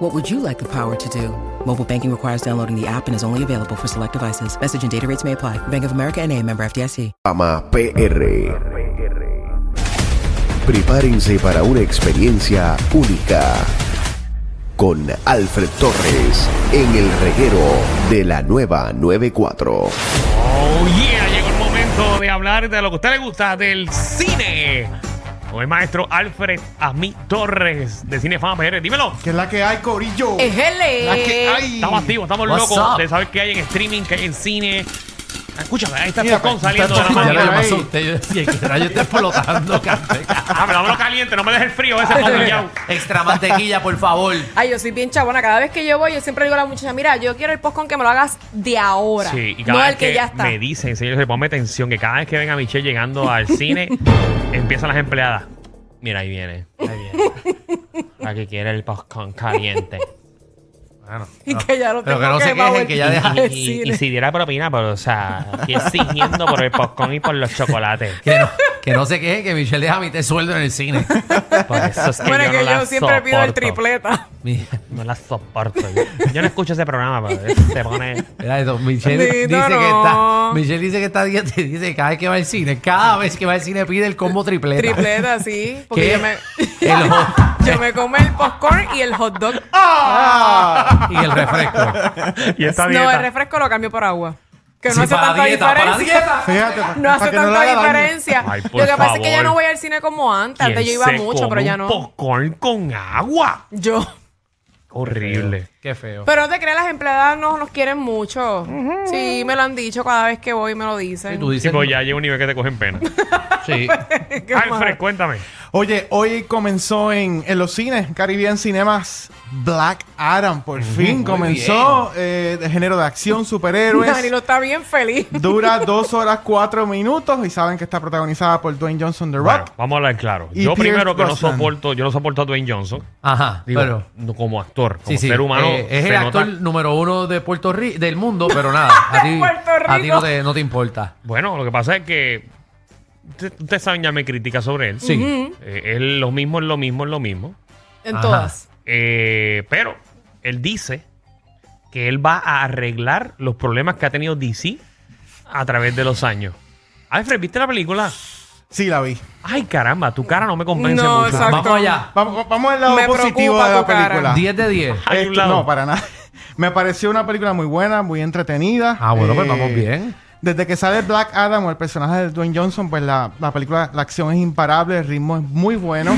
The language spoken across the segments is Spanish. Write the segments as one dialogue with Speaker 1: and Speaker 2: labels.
Speaker 1: What would you like the power to do? Mobile banking requires downloading the app and is only available for select devices. Message and data rates may apply. Bank of America and a member FDIC.
Speaker 2: Ama PR. Prepárense para una experiencia única con Alfred Torres en el reguero de la nueva 94.
Speaker 3: Oh yeah, llegó el momento de hablar de lo que a usted le gusta del cine. Con el maestro Alfred Ami Torres de Cinefama PR. Dímelo.
Speaker 4: Que es la que hay, Corillo.
Speaker 5: Es L.
Speaker 4: La que hay.
Speaker 3: Estamos activos, estamos
Speaker 4: What's
Speaker 3: locos
Speaker 4: up?
Speaker 3: de saber qué hay en streaming, qué hay en cine. Escúchame, ahí está
Speaker 4: Mira,
Speaker 3: Tocón
Speaker 4: está
Speaker 3: saliendo de la
Speaker 4: Tocón,
Speaker 6: Ya
Speaker 4: Ay.
Speaker 6: le
Speaker 3: máquina.
Speaker 6: pasó a usted. Yo decía que rayo está explotando, café.
Speaker 3: Háblalo Ah, caliente, no me dejes el frío ese pondillao.
Speaker 6: Extra mantequilla, por favor.
Speaker 5: Ay, yo soy bien chabona. Cada vez que yo voy, yo siempre digo a la muchacha, mira, yo quiero el postcón que me lo hagas de ahora.
Speaker 3: Sí, y cada
Speaker 5: no
Speaker 3: vez
Speaker 5: el que, ya está.
Speaker 3: me dicen, señores, ponme atención, que cada vez que ven a Michelle llegando al cine, empiezan las empleadas. Mira, ahí viene. Ahí viene. La que quiere el popcorn caliente. Bueno.
Speaker 5: Y que ya lo
Speaker 6: Pero
Speaker 5: tengo
Speaker 6: que no se
Speaker 5: quemado
Speaker 6: quejen,
Speaker 5: el-
Speaker 6: que ya deja-
Speaker 3: Y-
Speaker 5: el
Speaker 3: y,
Speaker 5: cine.
Speaker 3: y si diera propina, pero, o sea, aquí exigiendo por el popcorn y por los chocolates.
Speaker 6: Que no, que no se queje que Michelle deja mi te sueldo en el cine.
Speaker 3: Por eso es que
Speaker 5: bueno,
Speaker 3: yo
Speaker 5: que
Speaker 3: no
Speaker 5: yo
Speaker 3: la
Speaker 5: siempre pido el
Speaker 3: soporto.
Speaker 5: tripleta.
Speaker 6: Mi-
Speaker 3: No la soporto. Yo, yo no escucho ese programa, pero se pone...
Speaker 6: Mira eso, Michelle
Speaker 5: Dito,
Speaker 6: dice que
Speaker 5: no.
Speaker 6: está. Michelle dice que está dieta y dice que cada vez que va al cine, cada vez que va al cine pide el combo tripleta.
Speaker 5: Tripleta, sí. Porque
Speaker 6: ¿Qué?
Speaker 5: yo me,
Speaker 6: El hot-
Speaker 5: yo me como el popcorn y el hot dog.
Speaker 6: Y el refresco.
Speaker 3: Y esta
Speaker 5: no, el refresco lo cambio por agua. Que no
Speaker 6: Sí,
Speaker 5: hace
Speaker 6: para
Speaker 5: tanta
Speaker 6: dieta, para
Speaker 5: diferencia.
Speaker 6: dieta.
Speaker 4: Fíjate, pa-
Speaker 5: No hace
Speaker 4: pa' que le
Speaker 5: tanta
Speaker 4: haga daño.
Speaker 5: diferencia.
Speaker 3: Ay, por
Speaker 5: lo que pasa es que ya
Speaker 3: favor.
Speaker 5: no voy al cine como antes. Antes yo iba mucho, pero ya no.
Speaker 3: popcorn con agua.
Speaker 5: Yo.
Speaker 3: Horrible.
Speaker 6: Qué feo.
Speaker 5: Pero no te creas, las empleadas no nos quieren mucho. Sí, me lo han dicho cada vez que voy, me lo dicen.
Speaker 6: Y tú dices,
Speaker 3: Chico, pues ya llega un nivel que te cogen pena.
Speaker 6: sí.
Speaker 5: Qué
Speaker 3: Alfred,
Speaker 5: mal.
Speaker 3: cuéntame.
Speaker 4: Oye, hoy comenzó en, en los cines, Caribbean Cinemas, Black Adam. Por fin comenzó. eh, de género de acción, superhéroes.
Speaker 5: Danilo está bien feliz.
Speaker 4: Dura dos horas cuatro minutos y saben que está protagonizada por Dwayne Johnson The
Speaker 3: Bueno,
Speaker 4: Rock.
Speaker 3: vamos a hablar claro.
Speaker 4: Y
Speaker 3: Yo
Speaker 4: Pierce
Speaker 3: primero que no
Speaker 4: Brosnan.
Speaker 3: soporto, yo no soporto a Dwayne Johnson.
Speaker 6: Ajá,
Speaker 3: Digo,
Speaker 6: pero...
Speaker 3: no como actor, como
Speaker 6: Sí, sí.
Speaker 3: ser humano.
Speaker 6: Eh, es
Speaker 3: se
Speaker 6: el actor
Speaker 3: nota-
Speaker 6: número uno de Puerto Rico, del mundo, pero nada. A ti,
Speaker 5: Puerto
Speaker 6: a ti no,
Speaker 5: Rico.
Speaker 6: te, no te importa.
Speaker 3: Bueno, lo que pasa es que usted- ustedes saben ya me critica sobre él.
Speaker 6: Sí.
Speaker 3: Eh, él lo mismo es lo mismo es lo mismo.
Speaker 5: En
Speaker 6: Ajá.
Speaker 5: todas.
Speaker 3: Eh, pero él dice que él va a arreglar los problemas que ha tenido DC a través de los años. Alfred, ¿viste la película?
Speaker 4: Sí, la vi.
Speaker 3: Ay, caramba, tu cara no me convence
Speaker 5: No,
Speaker 3: mucho.
Speaker 5: exacto.
Speaker 6: Vamos allá.
Speaker 4: Vamos, vamos al lado
Speaker 5: Me
Speaker 4: positivo
Speaker 5: preocupa
Speaker 4: de la
Speaker 5: tu cara.
Speaker 4: película.
Speaker 6: 10 de 10.
Speaker 3: Hay un
Speaker 4: Esto-
Speaker 3: lado.
Speaker 4: Este, No, para nada. Me pareció una película muy buena, muy entretenida. Eh,
Speaker 6: Ah, bueno, pues vamos bien.
Speaker 4: Desde que sale Black Adam o el personaje de Dwayne Johnson, pues la, la película, la acción es imparable, el ritmo es muy bueno.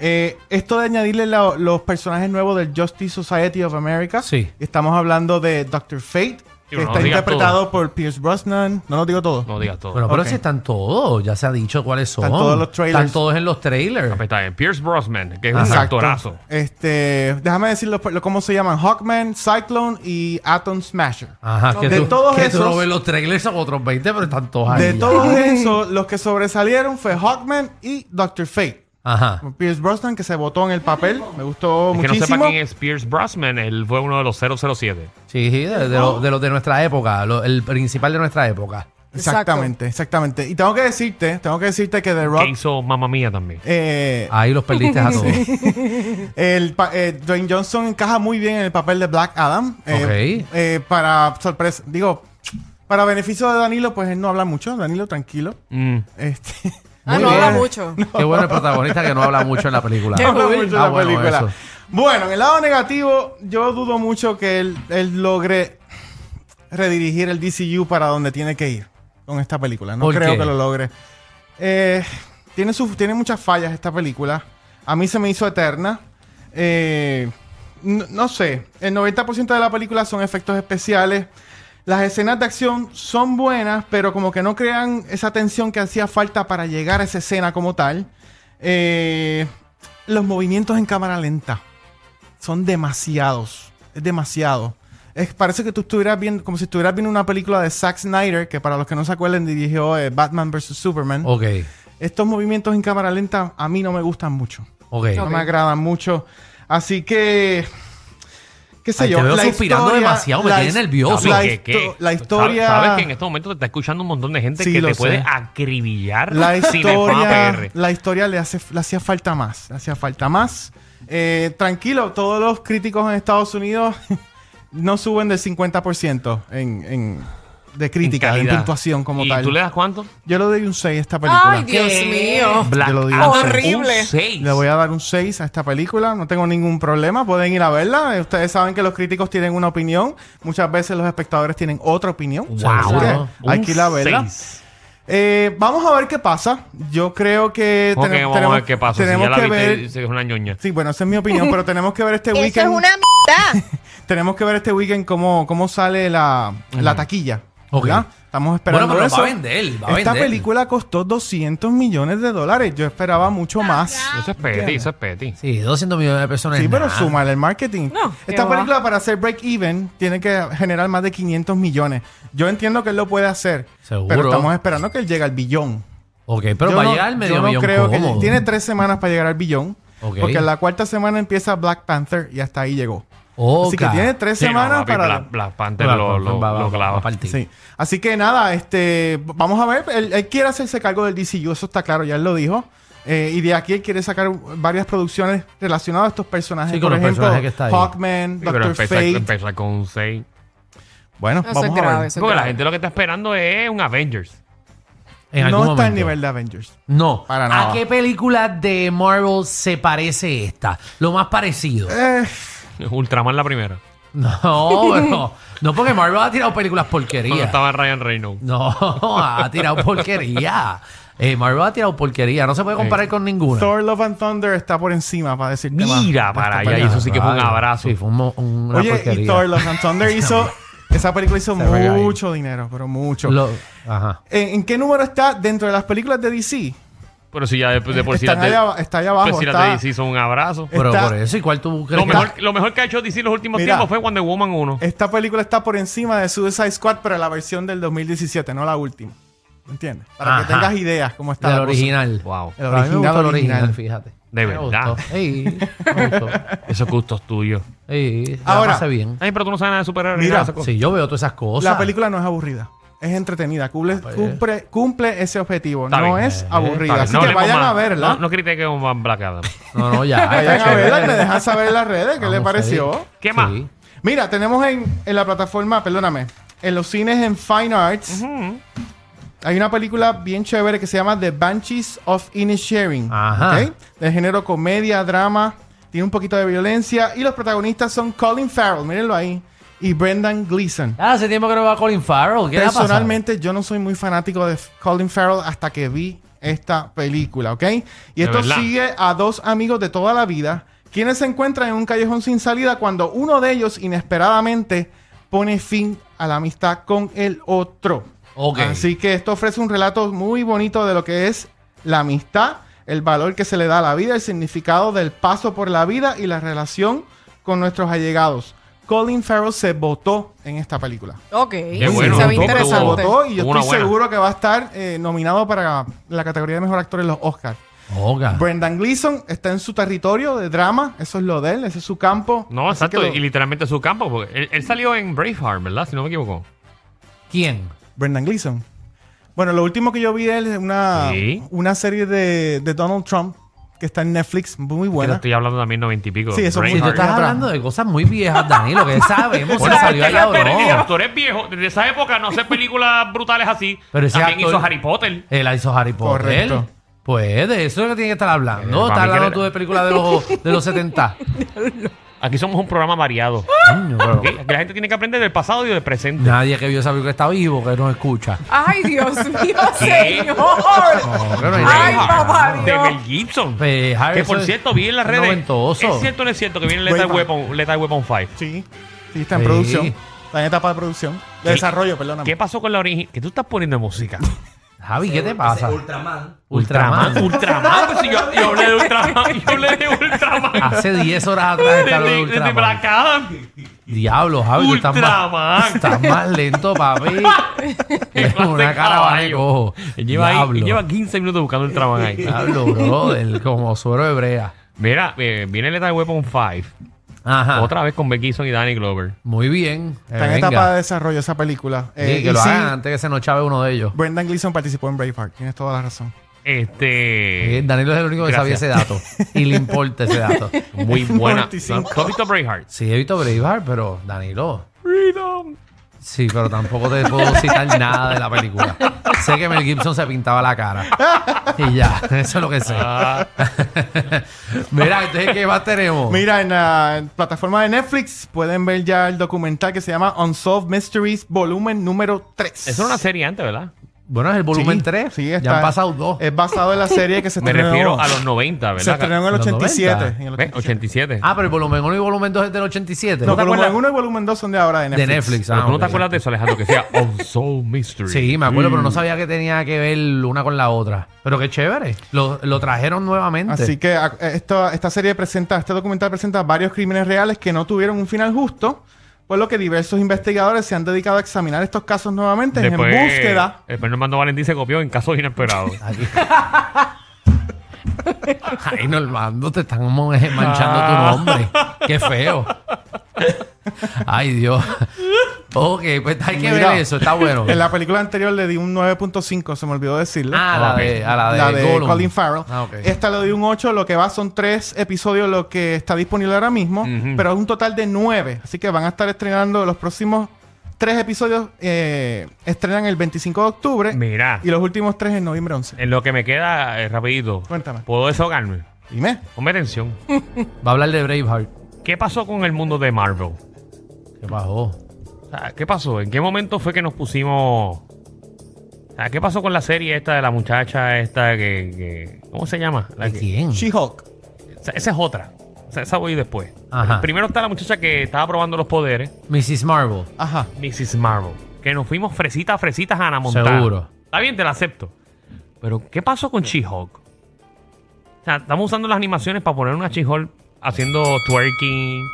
Speaker 4: Eh, esto de añadirle la- los personajes nuevos del Justice Society of America.
Speaker 6: Sí.
Speaker 4: Estamos hablando de Doctor Fate, que
Speaker 3: no
Speaker 4: está
Speaker 3: digas
Speaker 4: interpretado por Pierce Brosnan. No nos digo todo.
Speaker 3: No digas todo.
Speaker 6: Bueno, pero
Speaker 4: Ok.
Speaker 6: si están todos, ya se ha dicho cuáles son.
Speaker 4: Están todos los trailers.
Speaker 6: Están todos en los trailers.
Speaker 3: Ahí está, eh, Pierce Brosnan, que es un
Speaker 4: Exacto.
Speaker 3: actorazo.
Speaker 4: Este, déjame decir los- lo- cómo se llaman: Hawkman, Cyclone y Atom Smasher.
Speaker 6: Ajá, que
Speaker 4: De
Speaker 6: tú,
Speaker 4: todos
Speaker 6: que tú
Speaker 4: esos-
Speaker 6: no ves los trailers son otros 20, pero están todos ahí.
Speaker 4: De
Speaker 6: ya.
Speaker 4: todos esos, los que sobresalieron fue Hawkman y Doctor Fate.
Speaker 6: Ajá.
Speaker 4: Pierce Brosnan que se votó en el papel, me gustó
Speaker 3: El que no
Speaker 4: muchísimo.
Speaker 3: sepa quién es Pierce Brosnan, él fue uno de los 007.
Speaker 6: Sí, sí, de, de lo- de los de nuestra época, lo- el principal de nuestra época.
Speaker 4: Exactamente, exactamente. Y tengo que decirte, tengo que decirte que The
Speaker 3: Que
Speaker 4: Rock,
Speaker 3: hizo Mamma Mía también.
Speaker 4: eh,
Speaker 6: Ahí los perdiste a todos.
Speaker 4: el pa- eh, Dwayne Johnson encaja muy bien en el papel de Black Adam. Eh,
Speaker 6: Ok.
Speaker 4: eh, para sorpresa, digo, para beneficio de Danilo, pues él no habla mucho. Danilo, tranquilo.
Speaker 3: Mm.
Speaker 4: Este,
Speaker 5: Ah,
Speaker 6: Muy
Speaker 5: no habla
Speaker 6: bien.
Speaker 5: mucho.
Speaker 6: Qué bueno el protagonista que no habla mucho en la película.
Speaker 4: no habla mucho de
Speaker 6: Ah,
Speaker 4: la
Speaker 6: bueno,
Speaker 4: película.
Speaker 6: eso.
Speaker 4: Bueno, en el lado negativo, yo dudo mucho que él, él logre redirigir el DCU para donde tiene que ir con esta película. No
Speaker 6: ¿Por
Speaker 4: creo
Speaker 6: qué?
Speaker 4: que lo logre. Eh, tiene, su- tiene muchas fallas esta película. A mí se me hizo eterna. Eh, no, no sé, el 90% de la película son efectos especiales. Las escenas de acción son buenas, pero como que no crean esa tensión que hacía falta para llegar a esa escena como tal. Eh, los movimientos en cámara lenta son demasiados. Es demasiado. es- parece que tú estuvieras viendo, como si estuvieras viendo una película de Zack Snyder, que para los que no se acuerden dirigió eh, Batman vs. Superman.
Speaker 6: Ok,
Speaker 4: Estos movimientos en cámara lenta a mí no me gustan mucho.
Speaker 6: ok.
Speaker 4: No me agradan mucho. Así que. ¿Qué sé
Speaker 6: Ay,
Speaker 4: yo?
Speaker 6: te veo
Speaker 4: la
Speaker 6: suspirando
Speaker 4: historia-
Speaker 6: demasiado, me
Speaker 4: la
Speaker 6: tiene
Speaker 4: his-
Speaker 6: nervioso.
Speaker 4: La,
Speaker 6: Papi,
Speaker 3: ¿Qué,
Speaker 4: histo-
Speaker 3: qué?
Speaker 4: la
Speaker 3: Sab-
Speaker 4: historia.
Speaker 3: Sabes que en estos momentos te está escuchando un montón de gente
Speaker 4: Sí,
Speaker 3: que
Speaker 4: lo
Speaker 3: te puede
Speaker 4: sé.
Speaker 3: acribillar
Speaker 4: la
Speaker 3: si le fama
Speaker 4: historia,
Speaker 3: PR.
Speaker 4: la historia le, hace, le hacía falta más. Le hacía falta más. Eh, tranquilo, todos los críticos en Estados Unidos no suben del 50% en, en- de crítica, en
Speaker 3: calidad.
Speaker 4: puntuación como
Speaker 3: ¿Y
Speaker 4: tal.
Speaker 3: tú le das cuánto? Eh,
Speaker 4: Yo le doy un 6 a esta película.
Speaker 5: Ay, Dios mío.
Speaker 3: Black
Speaker 4: Yo lo digo,
Speaker 3: Adam,
Speaker 4: sí.
Speaker 5: Horrible.
Speaker 3: Un 6.
Speaker 4: Le voy a dar un 6 a esta película, no tengo ningún problema, pueden ir a verla. Ustedes saben que los críticos tienen una opinión, muchas veces los espectadores tienen otra opinión. Así que
Speaker 3: Wow.
Speaker 4: Hay que ir a verla. Eh, vamos a ver qué pasa. Yo creo que
Speaker 3: ¿Cómo
Speaker 4: tenem-
Speaker 3: que vamos a ver qué pasa? Si
Speaker 4: tenemos
Speaker 3: ya la
Speaker 4: que
Speaker 3: viste,
Speaker 4: ver.
Speaker 3: es una ñoña.
Speaker 4: Sí, bueno, esa es mi opinión, pero tenemos que ver este
Speaker 7: Eso es
Speaker 4: weekend.
Speaker 7: una mierda.
Speaker 4: Tenemos que ver este weekend cómo, cómo sale la, la taquilla.
Speaker 6: Ok.
Speaker 4: ¿verdad? Estamos esperando
Speaker 6: Bueno, pero
Speaker 4: eso.
Speaker 6: va a vender, va a
Speaker 4: Esta
Speaker 6: vender.
Speaker 4: película costó 200 millones de dólares. Yo esperaba
Speaker 7: Ah,
Speaker 4: mucho más.
Speaker 3: Eso es petty, eso es petty.
Speaker 6: Sí, 200 millones de personas.
Speaker 4: Sí,
Speaker 6: es
Speaker 4: pero
Speaker 6: nada.
Speaker 4: suma el marketing.
Speaker 5: No,
Speaker 4: Esta
Speaker 5: qué
Speaker 4: película para hacer break-even tiene que generar más de 500 millones. Yo entiendo que él lo puede hacer,
Speaker 6: Seguro.
Speaker 4: pero estamos esperando que él llegue al billón.
Speaker 6: Ok, pero
Speaker 4: Yo
Speaker 6: va a
Speaker 4: no-
Speaker 6: llegar medio
Speaker 4: yo no
Speaker 6: millón
Speaker 4: creo que
Speaker 6: cómodo.
Speaker 4: tiene tres semanas para llegar al billón,
Speaker 6: Ok.
Speaker 4: porque en la cuarta semana empieza Black Panther y hasta ahí llegó. Así que
Speaker 6: Oca.
Speaker 4: tiene tres
Speaker 3: Sí, no,
Speaker 4: semanas
Speaker 3: papi,
Speaker 4: para
Speaker 3: Black, Black Panther lo, lo,
Speaker 6: Va- va-
Speaker 3: lo
Speaker 6: va- va
Speaker 3: clava.
Speaker 6: a partir.
Speaker 4: Sí. Así que nada, este, vamos a ver. Él, él quiere hacerse cargo del DCU, eso está claro, ya él lo dijo. Eh, y de aquí él quiere sacar varias producciones relacionadas a estos personajes.
Speaker 6: Sí, con
Speaker 4: Por
Speaker 6: los
Speaker 4: ejemplo,
Speaker 6: personajes que está ahí.
Speaker 4: Hawkman,
Speaker 3: Sí, pero
Speaker 4: Doctor
Speaker 3: empezar,
Speaker 4: Fate.
Speaker 3: empezar con un 6.
Speaker 4: Bueno,
Speaker 5: Eso
Speaker 4: vamos
Speaker 5: es
Speaker 4: a
Speaker 5: grave,
Speaker 4: ver.
Speaker 5: eso es
Speaker 3: Porque la
Speaker 5: grave.
Speaker 3: gente lo que está esperando es un Avengers.
Speaker 6: En
Speaker 4: no
Speaker 6: algún
Speaker 4: está al
Speaker 6: momento.
Speaker 4: nivel de Avengers.
Speaker 6: No.
Speaker 4: Para nada.
Speaker 6: ¿A qué película de Marvel se parece esta? Lo más parecido.
Speaker 4: Eh,
Speaker 3: Ultraman la primera.
Speaker 6: No, pero. No, porque Marvel ha tirado películas
Speaker 3: Cuando
Speaker 6: porquerías.
Speaker 3: estaba Ryan Reynolds.
Speaker 6: No, ha tirado porquería. Eh, Marvel ha tirado porquería. No se puede
Speaker 3: Eh,
Speaker 6: comparar con ninguna.
Speaker 4: Thor Love and Thunder está por encima para decir
Speaker 3: Mira para allá. Y eso sí que fue un abrazo.
Speaker 6: Sí, fue un, mo- un- una
Speaker 4: Oye,
Speaker 6: porquería.
Speaker 4: y Thor Love and Thunder hizo. esa película hizo
Speaker 6: Se pega ahí.
Speaker 4: mucho dinero, pero mucho.
Speaker 6: Lo- ajá.
Speaker 4: ¿En, en qué número está dentro de las películas de DC?
Speaker 3: Pero si ya de, de por sí
Speaker 4: Están
Speaker 3: las de-
Speaker 4: allá ab- está allá abajo,
Speaker 3: Pues si las
Speaker 4: está-
Speaker 3: de DC hizo un abrazo.
Speaker 6: Pero
Speaker 4: Está-
Speaker 6: por eso, ¿y cuál tú crees?
Speaker 3: Lo
Speaker 6: que-
Speaker 3: mejor, lo mejor que ha hecho DC los últimos
Speaker 4: Mira. Eh.
Speaker 3: tiempos fue Wonder Woman 1.
Speaker 4: Esta película está por encima de Suicide Squad, pero la versión del 2017, no la última. ¿Me entiendes? Para que
Speaker 6: Ajá.
Speaker 4: tengas ideas cómo está
Speaker 6: Del
Speaker 4: la cosa.
Speaker 6: original.
Speaker 3: Wow.
Speaker 4: El
Speaker 6: A mí me
Speaker 4: original,
Speaker 6: gustó el
Speaker 4: original.
Speaker 6: original, fíjate.
Speaker 3: De
Speaker 6: Me
Speaker 3: verdad.
Speaker 6: gustó. Sí, me gustó.
Speaker 3: Esos gustos tuyos.
Speaker 6: Sí,
Speaker 4: Ahora,
Speaker 6: Ahora, bien.
Speaker 3: Ay, pero tú no sabes nada de superhéroes. ni
Speaker 4: Mira,
Speaker 3: nada de esas cosas.
Speaker 6: Sí, yo veo todas esas cosas.
Speaker 4: La película no es aburrida. Es entretenida. Cumple,
Speaker 6: Pues-
Speaker 4: cumple, cumple ese objetivo.
Speaker 3: Está
Speaker 4: no
Speaker 3: bien.
Speaker 4: es
Speaker 3: Está
Speaker 4: aburrida.
Speaker 3: bien,
Speaker 4: Así
Speaker 3: no
Speaker 4: que
Speaker 3: hablemos
Speaker 4: vayan
Speaker 3: más.
Speaker 4: a verla.
Speaker 3: No, no critiques un Black Adam.
Speaker 6: No, no, ya.
Speaker 4: Vayan
Speaker 6: está
Speaker 4: a verla y
Speaker 6: chévere.
Speaker 4: me dejan saber en las redes qué
Speaker 6: Vamos
Speaker 4: le
Speaker 6: a
Speaker 4: pareció.
Speaker 6: ver.
Speaker 3: ¿Qué más?
Speaker 6: Sí.
Speaker 4: Mira, tenemos en, en la plataforma, perdóname, en los cines en Fine Arts. Hay una película bien chévere que se llama The Banshees of Inisherin.
Speaker 6: Ajá.
Speaker 4: ¿ok? De género comedia, drama, tiene un poquito de violencia. Y los protagonistas son Colin Farrell, mírenlo ahí, y Brendan Gleeson.
Speaker 6: Ah, hace tiempo que no va Colin Farrell. ¿Qué le ha pasado?
Speaker 4: Personalmente, yo no soy muy fanático de Colin Farrell hasta que vi esta película, ¿ok? Y
Speaker 3: De
Speaker 4: esto
Speaker 3: verdad.
Speaker 4: sigue a dos amigos de toda la vida, quienes se encuentran en un callejón sin salida cuando uno de ellos inesperadamente pone fin a la amistad con el otro.
Speaker 6: Ok.
Speaker 4: Así que esto ofrece un relato muy bonito de lo que es la amistad, el valor que se le da a la vida, el significado del paso por la vida y la relación con nuestros allegados. Colin Farrell se votó en esta película.
Speaker 5: Ok.
Speaker 3: bueno,
Speaker 5: se
Speaker 3: tampoco
Speaker 4: Se
Speaker 5: ve
Speaker 3: tuvo-
Speaker 5: interesante.
Speaker 4: votó y yo
Speaker 3: Hubo una
Speaker 4: estoy
Speaker 3: buena.
Speaker 4: seguro que va a estar eh, nominado para la categoría de mejor actor en los Oscars.
Speaker 6: Oga.
Speaker 4: Brendan Gleeson está en su territorio de drama, eso es lo de él, ese es su campo.
Speaker 3: No,
Speaker 4: Así
Speaker 3: exacto.
Speaker 4: que lo-
Speaker 3: Y literalmente su campo. Porque él, él salió en Braveheart, ¿verdad? Si no me equivoco.
Speaker 6: ¿Quién?
Speaker 4: Brendan Gleeson. Bueno, lo último que yo vi de él es una,
Speaker 3: Sí.
Speaker 4: una serie de, de Donald Trump que está en Netflix, muy
Speaker 3: Que te
Speaker 4: buena.
Speaker 3: estoy hablando también noventa y pico.
Speaker 4: Sí, eso
Speaker 6: Si tú
Speaker 4: Braveheart.
Speaker 6: estás
Speaker 4: Otra.
Speaker 6: hablando de cosas muy viejas, Danilo, que sabemos se
Speaker 3: Bueno,
Speaker 6: salió
Speaker 3: es que
Speaker 6: allá
Speaker 3: Jasper Elías,
Speaker 6: o no.
Speaker 3: tú eres viejo. Desde esa época no hace películas brutales así.
Speaker 6: Pero ese
Speaker 3: También
Speaker 6: actor-
Speaker 3: hizo Harry Potter.
Speaker 6: Él la hizo Harry Potter.
Speaker 4: Correcto.
Speaker 6: Pues de eso es lo que tiene que estar hablando.
Speaker 3: Eh,
Speaker 6: Estás
Speaker 3: para mí que
Speaker 6: hablando
Speaker 3: era-
Speaker 6: tú de películas de los, de los 70.
Speaker 3: Aquí somos un programa variado.
Speaker 6: Coño, pero-
Speaker 3: ¿ok? Aquí la gente tiene que aprender del pasado y del presente.
Speaker 6: Nadie que vio esa película está vivo, que nos escucha.
Speaker 5: Ay, Dios mío,
Speaker 3: ¿Qué?
Speaker 5: señor.
Speaker 6: pero hay-
Speaker 5: Oh, Ay, papá
Speaker 3: de
Speaker 5: Dios.
Speaker 3: Mel Gibson.
Speaker 6: Pues, Harry,
Speaker 3: que por
Speaker 6: eso es-
Speaker 3: cierto, vi en las
Speaker 6: es
Speaker 3: redes.
Speaker 6: noventoso.
Speaker 3: Es cierto o no es cierto que viene Lethal
Speaker 4: Wayman.
Speaker 3: Weapon, Lethal Weapon 5.
Speaker 4: Sí, sí, está en
Speaker 6: Sí.
Speaker 4: producción. Está en etapa de producción. De
Speaker 3: ¿Qué-
Speaker 4: desarrollo, perdóname.
Speaker 3: ¿Qué pasó con la origen? Que tú estás poniendo música.
Speaker 6: Javi, ¿qué te pasa? Ultraman. Ultraman.
Speaker 3: Ultraman. pues si yo, yo hablé de Ultraman. Yo hablé de Ultraman.
Speaker 6: Hace 10 horas atrás
Speaker 3: De,
Speaker 6: estaba
Speaker 3: Ah, de,
Speaker 6: de
Speaker 3: de, de
Speaker 6: Ultraman.
Speaker 3: Black Adam.
Speaker 6: Diablo, Javi, tú estás más,
Speaker 3: Ultraman.
Speaker 6: estás más lento, papi. Es
Speaker 3: clase
Speaker 6: una
Speaker 3: de
Speaker 6: caravana de
Speaker 3: caballo.
Speaker 6: cojo.
Speaker 3: Lleva, ahí-
Speaker 6: Diablo.
Speaker 3: lleva 15 minutos buscando el trabajo ahí.
Speaker 6: Diablo, brother, como suero hebrea.
Speaker 3: Mira, eh, viene Lethal Weapon 5.
Speaker 6: Ajá.
Speaker 3: Otra vez con Beck Gibson y Danny Glover.
Speaker 6: Muy bien. eh,
Speaker 4: Está en
Speaker 6: venga.
Speaker 4: etapa de desarrollo esa película.
Speaker 6: Sí,
Speaker 4: Eh,
Speaker 6: que
Speaker 4: y
Speaker 6: lo
Speaker 4: sí,
Speaker 6: hagan antes que se nos chave uno de ellos.
Speaker 4: Brendan Gleeson participó en Braveheart. Tienes toda la razón.
Speaker 3: Este.
Speaker 6: Eh, Danilo es el único que sabía ese dato. Y le importa ese dato.
Speaker 3: Muy buena.
Speaker 4: 95.
Speaker 3: ¿No has visto Braveheart?
Speaker 6: Sí, he visto Braveheart, pero Danilo. Sí, pero tampoco te puedo citar nada de la película. Sé que Mel Gibson se pintaba la cara. Y ya, eso es lo que sé. Mira, entonces, ¿qué más tenemos?
Speaker 4: Mira, en la plataforma de Netflix pueden ver ya el documental que se llama Unsolved Mysteries, volumen número 3.
Speaker 3: Eso era una serie antes, ¿verdad?
Speaker 6: Bueno, es el volumen 3.
Speaker 4: Sí,
Speaker 6: ya
Speaker 4: está- Eh.
Speaker 6: han pasado dos.
Speaker 4: Es basado en la serie que se
Speaker 3: Me
Speaker 4: estrenó.
Speaker 3: refiero a los 90,
Speaker 4: Se
Speaker 3: ¿verdad?
Speaker 4: estrenó en el
Speaker 6: Los
Speaker 4: 87.
Speaker 6: 90.
Speaker 4: en el
Speaker 3: Ve,
Speaker 4: 87.
Speaker 3: 87.
Speaker 6: Ah, pero el volumen 1 y volumen 2 es del 87.
Speaker 4: No,
Speaker 6: ¿No te
Speaker 4: volumen
Speaker 6: acuerdas?
Speaker 4: 1 y volumen 2 son de ahora de
Speaker 6: De
Speaker 4: Netflix.
Speaker 6: Netflix.
Speaker 3: Pero
Speaker 6: ah,
Speaker 3: tú no
Speaker 6: ok.
Speaker 3: te acuerdas de eso, Alejandro, que sea Unsolved Mystery.
Speaker 6: Sí, me acuerdo, pero no sabía que tenía que ver una con la otra. Pero qué chévere. Lo, lo trajeron nuevamente.
Speaker 4: Así que a- esta, esta serie presenta, este documental presenta varios crímenes reales que no tuvieron un final justo, por lo que diversos investigadores se han dedicado a examinar estos casos nuevamente
Speaker 3: Después,
Speaker 4: en búsqueda.
Speaker 3: Después Normando Valentín se copió en casos inesperados.
Speaker 6: Aquí. Ay, Normando, te están mo- eh, manchando tu nombre. Qué feo. Ay, Dios. Ok, pues hay que
Speaker 4: Mira,
Speaker 6: ver eso. Está bueno.
Speaker 4: En la película anterior le di un 9.5, se me olvidó decirlo.
Speaker 6: Ah, la de, a la de,
Speaker 4: la de
Speaker 6: Gollum.
Speaker 4: Colin Farrell.
Speaker 6: Ah, ok.
Speaker 4: Esta le di un 8, lo que va son 3 episodios, lo que está disponible ahora mismo, pero es un total de 9. Así que van a estar estrenando los próximos 3 episodios, eh, estrenan el 25 de octubre
Speaker 3: Mira,
Speaker 4: y los últimos 3 en noviembre 11.
Speaker 3: en lo que me queda, eh, rapidito.
Speaker 4: Cuéntame.
Speaker 3: ¿Puedo desahogarme?
Speaker 4: Dime.
Speaker 3: Ponme atención.
Speaker 6: Va a hablar de Braveheart.
Speaker 3: ¿Qué pasó con el mundo de Marvel?
Speaker 6: ¿Qué pasó?
Speaker 3: O sea, ¿Qué pasó? ¿En qué momento fue que nos pusimos... O sea, ¿Qué pasó con la serie esta de la muchacha esta que... que- ¿Cómo se llama? La
Speaker 6: ¿De
Speaker 3: que-
Speaker 6: quién?
Speaker 4: She-Hulk.
Speaker 3: O sea, esa es otra. O sea, esa voy después.
Speaker 6: Ajá.
Speaker 3: Primero está la muchacha que estaba probando los poderes,
Speaker 6: Mrs. Marvel.
Speaker 4: Ajá.
Speaker 3: Mrs. Marvel. Que nos fuimos fresitas, fresitas a Ana Montana.
Speaker 6: Seguro.
Speaker 3: Está bien, te la acepto. Pero, ¿qué pasó con She-Hulk? O sea, estamos usando las animaciones para poner una She-Hulk haciendo twerking,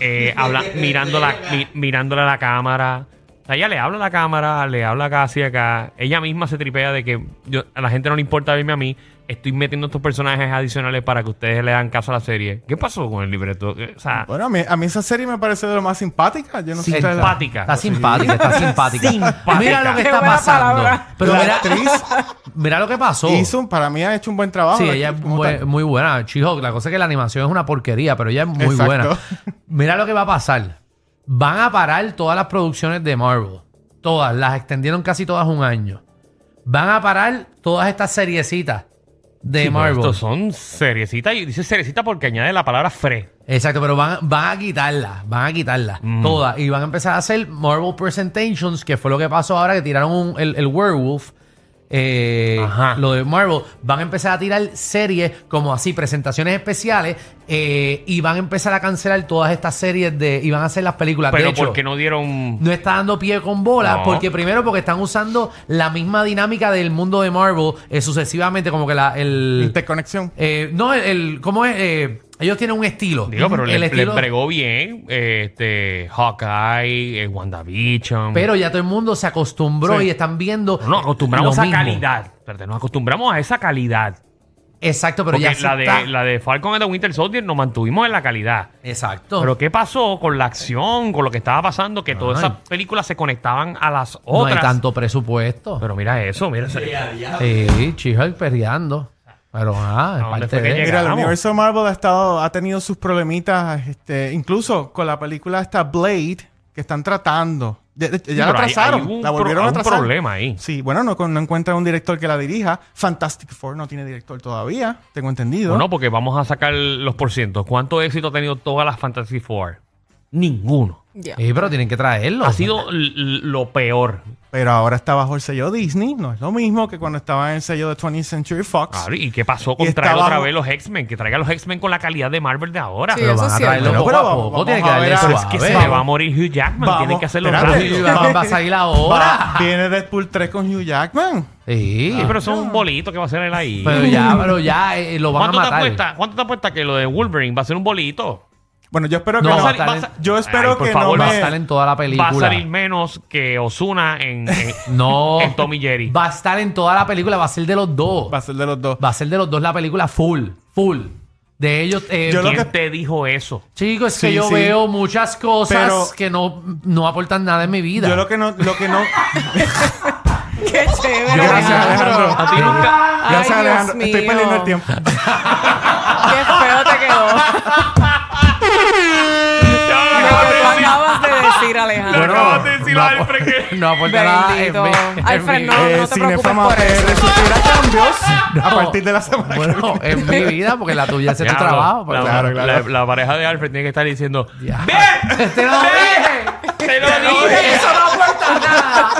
Speaker 3: eh, habla- mirando la, mi- mirándola a la cámara. O sea, ella le habla a la cámara, le habla acá hacia acá. Ella misma se tripea de que yo- a la gente no le importa verme a mí. Estoy metiendo estos personajes adicionales para que ustedes le dan caso a la serie. ¿Qué pasó con el libreto? O sea,
Speaker 4: Bueno, a mí, a mí esa serie me parece de lo más simpática. Yo no sé.
Speaker 6: Está-
Speaker 4: ustedes la-
Speaker 3: Simpática.
Speaker 6: Está simpática, está simpática.
Speaker 3: Simpática.
Speaker 6: Mira lo que
Speaker 5: Qué
Speaker 6: está
Speaker 5: buena
Speaker 6: pasando.
Speaker 5: palabra.
Speaker 6: Pero
Speaker 4: La
Speaker 6: mira,
Speaker 4: actriz
Speaker 6: mira lo que pasó.
Speaker 4: hizo, para mí ha hecho un buen trabajo.
Speaker 6: Sí,
Speaker 4: la
Speaker 6: ella es
Speaker 4: actriz como
Speaker 6: bu-
Speaker 4: tal.
Speaker 6: muy buena. Chijo, la cosa es que la animación es una porquería, pero ella es muy
Speaker 4: Exacto.
Speaker 6: buena. Mira lo que va a pasar. Van a parar todas las producciones de Marvel. Todas. Las extendieron casi todas un año. Van a parar todas estas seriecitas de
Speaker 3: Sí, pero
Speaker 6: Marvel.
Speaker 3: Estos son seriecitas. Y dice seriecita porque añade la palabra fre.
Speaker 6: Exacto, pero van, van a quitarlas, van a quitarlas
Speaker 3: Mm.
Speaker 6: todas y van a empezar a hacer Marvel Presentations, que fue lo que pasó ahora que tiraron un- el, el Werewolf, eh,
Speaker 3: Ajá.
Speaker 6: lo de Marvel, van a empezar a tirar series como así, presentaciones especiales eh, y van a empezar a cancelar todas estas series de y van a hacer las películas. Ah, de
Speaker 3: Pero
Speaker 6: hecho,
Speaker 3: porque no dieron.
Speaker 6: no está dando pie con bola,
Speaker 3: No.
Speaker 6: porque primero porque están usando la misma dinámica del mundo de Marvel eh, sucesivamente, como que la, el,
Speaker 4: Interconexión.
Speaker 6: eh, no, el, el- ¿cómo es? Eh, ellos tienen un estilo.
Speaker 3: Digo, pero
Speaker 6: el
Speaker 3: le, le
Speaker 6: estilo-
Speaker 3: bregó bien eh, este, Hawkeye, eh, WandaVision.
Speaker 6: pero ya todo el mundo se acostumbró
Speaker 4: Sí.
Speaker 6: y están viendo. eh,
Speaker 3: no nos acostumbramos
Speaker 6: lo
Speaker 3: a
Speaker 6: mismo.
Speaker 3: calidad. Espérate, nos acostumbramos a esa calidad.
Speaker 6: Exacto, pero
Speaker 3: Porque
Speaker 6: ya se
Speaker 3: la de,
Speaker 6: está-
Speaker 3: la de Falcon and the Winter Soldier nos mantuvimos en la calidad.
Speaker 6: Exacto.
Speaker 3: Pero ¿qué pasó con la acción, con lo que estaba pasando? Que todas
Speaker 6: Ay.
Speaker 3: esas películas se conectaban a las
Speaker 6: no
Speaker 3: otras.
Speaker 6: hay tanto presupuesto.
Speaker 3: Pero mira eso, mira eso.
Speaker 6: sí, She-Hulk perreando. Pero ah, es
Speaker 3: ¿A dónde
Speaker 6: parte
Speaker 3: fue que
Speaker 6: de.
Speaker 3: llegó?
Speaker 4: Mira, el
Speaker 3: Llegamos.
Speaker 4: universo Marvel ha, estado, ha tenido sus problemitas, este, incluso con la película esta Blade, que están tratando. Ya, ya la
Speaker 3: pero hay-
Speaker 4: atrasaron,
Speaker 3: hay un
Speaker 4: la volvieron
Speaker 3: pro-
Speaker 4: a
Speaker 3: hay un
Speaker 4: atrasar.
Speaker 3: problema ahí.
Speaker 4: Sí, bueno, no, con- no encuentran un director que la dirija. Fantastic Four no tiene director todavía, tengo entendido.
Speaker 3: Bueno, porque vamos a sacar los porcientos. ¿Cuánto éxito ha tenido todas las Fantasy Four? Ninguno.
Speaker 5: Ya.
Speaker 4: Eh,
Speaker 6: Sí, pero tienen que traerlo.
Speaker 3: Ha sido l- l- lo peor.
Speaker 4: Pero ahora está bajo el sello Disney, no es lo mismo que cuando estaba en el sello de 20th Century Fox.
Speaker 3: Claro, ¿Y qué pasó
Speaker 4: Y
Speaker 3: con
Speaker 4: está
Speaker 3: traer otra
Speaker 4: bajo-
Speaker 3: vez los X-Men? Que traiga los X-Men con la calidad de Marvel de ahora.
Speaker 5: Sí,
Speaker 6: Pero
Speaker 5: eso
Speaker 6: van
Speaker 5: es
Speaker 6: a
Speaker 5: cierto.
Speaker 6: traerlo
Speaker 4: Bueno,
Speaker 6: poco
Speaker 4: pero
Speaker 6: a
Speaker 4: vamos-
Speaker 6: poco. Tienen que
Speaker 4: vamos a
Speaker 6: darle
Speaker 4: ver a-
Speaker 6: suave.
Speaker 4: Pero es
Speaker 3: Que se
Speaker 4: Vamos.
Speaker 3: le va a morir Hugh Jackman.
Speaker 4: Vamos,
Speaker 3: Tienen que hacerlo
Speaker 4: espérate.
Speaker 6: Sí,
Speaker 3: rápido.
Speaker 6: van- va a salir
Speaker 4: Va-
Speaker 6: ahora.
Speaker 4: Viene Deadpool 3 con Hugh Jackman.
Speaker 6: Sí.
Speaker 3: Sí, pero eso es un bolito que va a hacer él ahí.
Speaker 6: Pero ya, pero ya eh, lo van a
Speaker 3: Mm. ¿Cuánto te
Speaker 6: matar.
Speaker 3: apuesta? ¿Cuánto te apuesta que lo de Wolverine va a ser un bolito?
Speaker 4: Bueno, yo espero que
Speaker 6: No,
Speaker 4: no.
Speaker 6: va a estar en-
Speaker 4: yo espero
Speaker 3: Ay, por
Speaker 4: que
Speaker 3: favor,
Speaker 4: no
Speaker 6: Va a
Speaker 4: me...
Speaker 6: estar en toda la
Speaker 3: Va
Speaker 6: película.
Speaker 3: a salir menos que Osuna en, en-
Speaker 6: No.
Speaker 3: en Tommy Jerry.
Speaker 6: Va a estar en toda la película, va a ser de los dos.
Speaker 4: Va a ser de los dos.
Speaker 6: Va a ser de los dos la película full, full. De ellos, eh,
Speaker 4: Yo lo
Speaker 3: ¿Quién
Speaker 4: que-
Speaker 3: te dijo eso?
Speaker 6: chicos, es que
Speaker 4: Sí,
Speaker 6: yo
Speaker 4: sí.
Speaker 6: veo muchas cosas
Speaker 4: Pero-
Speaker 6: que no, no aportan nada en mi vida.
Speaker 4: Yo lo que no... Lo que no...
Speaker 5: Qué chévere.
Speaker 4: Gracias, Alejandro.
Speaker 3: A ti nunca.
Speaker 5: Ay,
Speaker 4: Gracias,
Speaker 5: Dios
Speaker 4: Alejandro. Estoy
Speaker 5: mío.
Speaker 4: perdiendo el tiempo.
Speaker 5: Qué feo te quedó. Lo que tú acabas de decir, Alejandro.
Speaker 3: Bueno, acabas de decir,
Speaker 6: no,
Speaker 3: Alfred, que-
Speaker 6: no aporta nada en
Speaker 5: Bendito.
Speaker 6: mi, en
Speaker 5: Alfred,
Speaker 6: mi-
Speaker 5: no, no
Speaker 4: Eh,
Speaker 5: te preocupes
Speaker 4: Cinefama
Speaker 5: por
Speaker 4: PR
Speaker 5: eso.
Speaker 4: sufrirá cambios a
Speaker 6: No.
Speaker 4: partir de la semana que
Speaker 6: Bueno,
Speaker 4: viene.
Speaker 6: en mi vida, porque la tuya es tu
Speaker 3: Diablo,
Speaker 6: trabajo.
Speaker 3: la,
Speaker 6: pero-
Speaker 4: Claro,
Speaker 3: la-
Speaker 4: claro.
Speaker 3: la pareja de Alfred tiene que estar diciendo:
Speaker 6: Ya.
Speaker 3: ¡Ven!
Speaker 6: Te lo dije.
Speaker 3: ¡Te lo dije! ¡Eso no aporta nada!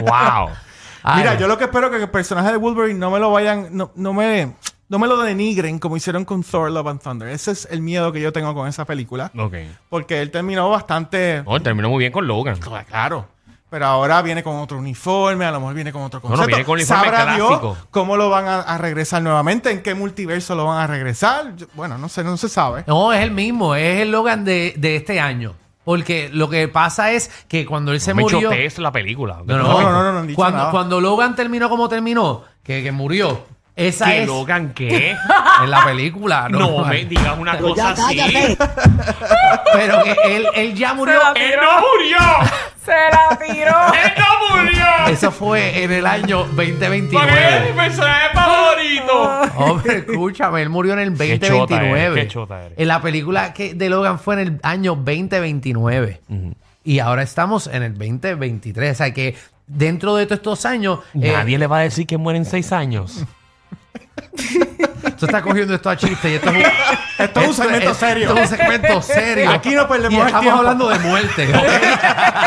Speaker 3: ¡Wow!
Speaker 6: Ay,
Speaker 4: Mira, yo lo que espero que el personaje de Wolverine no me lo vayan, no, no me, no me lo denigren como hicieron con Thor Love and Thunder. Ese es el miedo que yo tengo con esa película.
Speaker 3: Ok.
Speaker 4: Porque él terminó bastante
Speaker 3: No, terminó muy bien con Logan.
Speaker 4: claro. Pero ahora viene con otro uniforme, a lo mejor viene con otro
Speaker 3: no,
Speaker 4: concepto.
Speaker 3: viene con uniforme
Speaker 4: Sabrá
Speaker 3: clásico.
Speaker 4: Dios cómo lo van a, a regresar nuevamente, en qué multiverso lo van a regresar. Yo- bueno, no sé, no se sabe.
Speaker 6: No, es el mismo, es el Logan de, de este año. Porque lo que pasa es que cuando él se
Speaker 3: me
Speaker 6: murió.
Speaker 3: chotees la película.
Speaker 6: No, no,
Speaker 4: No, no, no, no, no han dicho
Speaker 6: cuando,
Speaker 4: nada.
Speaker 6: cuando Logan terminó como terminó, que, que murió, esa
Speaker 3: ¿Qué
Speaker 6: es
Speaker 3: Logan qué?
Speaker 6: en la película.
Speaker 3: No
Speaker 6: normal.
Speaker 3: me digas una cosa así.
Speaker 6: Pero que él, él ya murió.
Speaker 3: ¡Él no murió!
Speaker 5: Se la tiró.
Speaker 3: ¡Él no murió!
Speaker 6: Eso fue en el año
Speaker 3: Porque él es mi
Speaker 6: 2029.
Speaker 3: personaje favorito.
Speaker 6: Hombre, escúchame, él murió en el
Speaker 3: Qué chota eres,
Speaker 6: 2029.
Speaker 3: qué chota eres.
Speaker 6: En la película que de Logan fue en el año 2029. Y ahora estamos en el 2023. O sea que dentro de todos estos años. eh,
Speaker 3: Nadie le va a decir que muere en seis años.
Speaker 6: Tú estás cogiendo esto a chiste y esto es un,
Speaker 4: Esto es un segmento serio.
Speaker 6: Esto es un segmento serio.
Speaker 4: Aquí no perdemos
Speaker 6: y
Speaker 4: el
Speaker 6: estamos
Speaker 4: tiempo.
Speaker 6: hablando de muerte.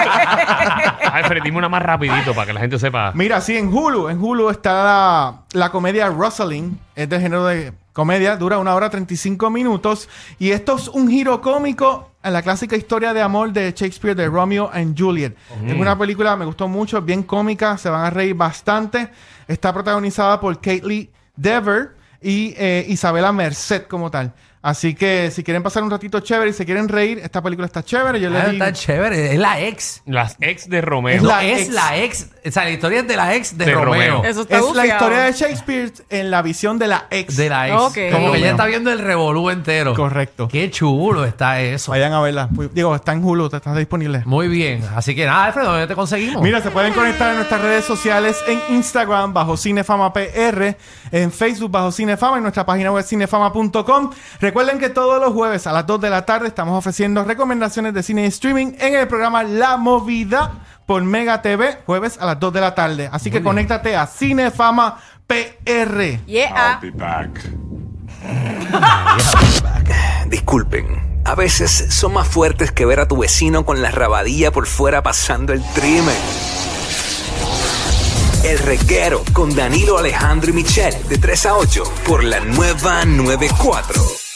Speaker 3: Alfred, dime una más rapidito para que la gente sepa.
Speaker 4: Mira, sí, en Hulu. En Hulu está la, la comedia Rosalind. Es del género de comedia. Dura una hora 35 minutos. Y esto es un giro cómico a la clásica historia de amor de Shakespeare de Romeo and Juliet. Es una película me gustó mucho, es bien cómica. Se van a reír bastante. Está protagonizada por Caitlyn Dever y eh, Isabela Merced como tal. Así que si quieren pasar un ratito chévere y se quieren reír, esta película está chévere. Yo les
Speaker 6: Ah,
Speaker 4: digo...
Speaker 6: está chévere. Es la ex.
Speaker 3: Las ex de
Speaker 6: Es
Speaker 3: Romeo.
Speaker 6: la,
Speaker 4: la
Speaker 6: es
Speaker 4: ex.
Speaker 6: la ex. O sea, la historia es de la ex de,
Speaker 3: De
Speaker 6: Romeo.
Speaker 3: Romeo.
Speaker 5: Eso está
Speaker 4: Es la
Speaker 5: bufiado.
Speaker 4: historia de Shakespeare en la visión de la ex.
Speaker 6: De la ex.
Speaker 5: Ok.
Speaker 6: Como que
Speaker 4: Romeo.
Speaker 6: ella está viendo el revolú entero.
Speaker 4: Correcto.
Speaker 6: Qué chulo está eso.
Speaker 4: Vayan a verla. Pues, Digo, está en Hulu, está disponible.
Speaker 6: Muy bien. Así que nada, Alfredo, ¿dónde te conseguimos?
Speaker 4: Mira, se pueden conectar en nuestras redes sociales en Instagram bajo Cinefama PR, en Facebook bajo Cinefama y nuestra página web cinefama.com. Recuerden que todos los jueves a las 2 de la tarde estamos ofreciendo recomendaciones de cine y streaming en el programa La Movida por Mega TV, jueves a las 2 de la tarde. Así que conéctate a Cinefama PR.
Speaker 5: Yeah.
Speaker 7: Disculpen, a veces son más fuertes que ver a tu vecino con la rabadilla por fuera pasando el trimen. El reguero con Danilo Alejandro y Michel de 3 a 8 por la nueva 94.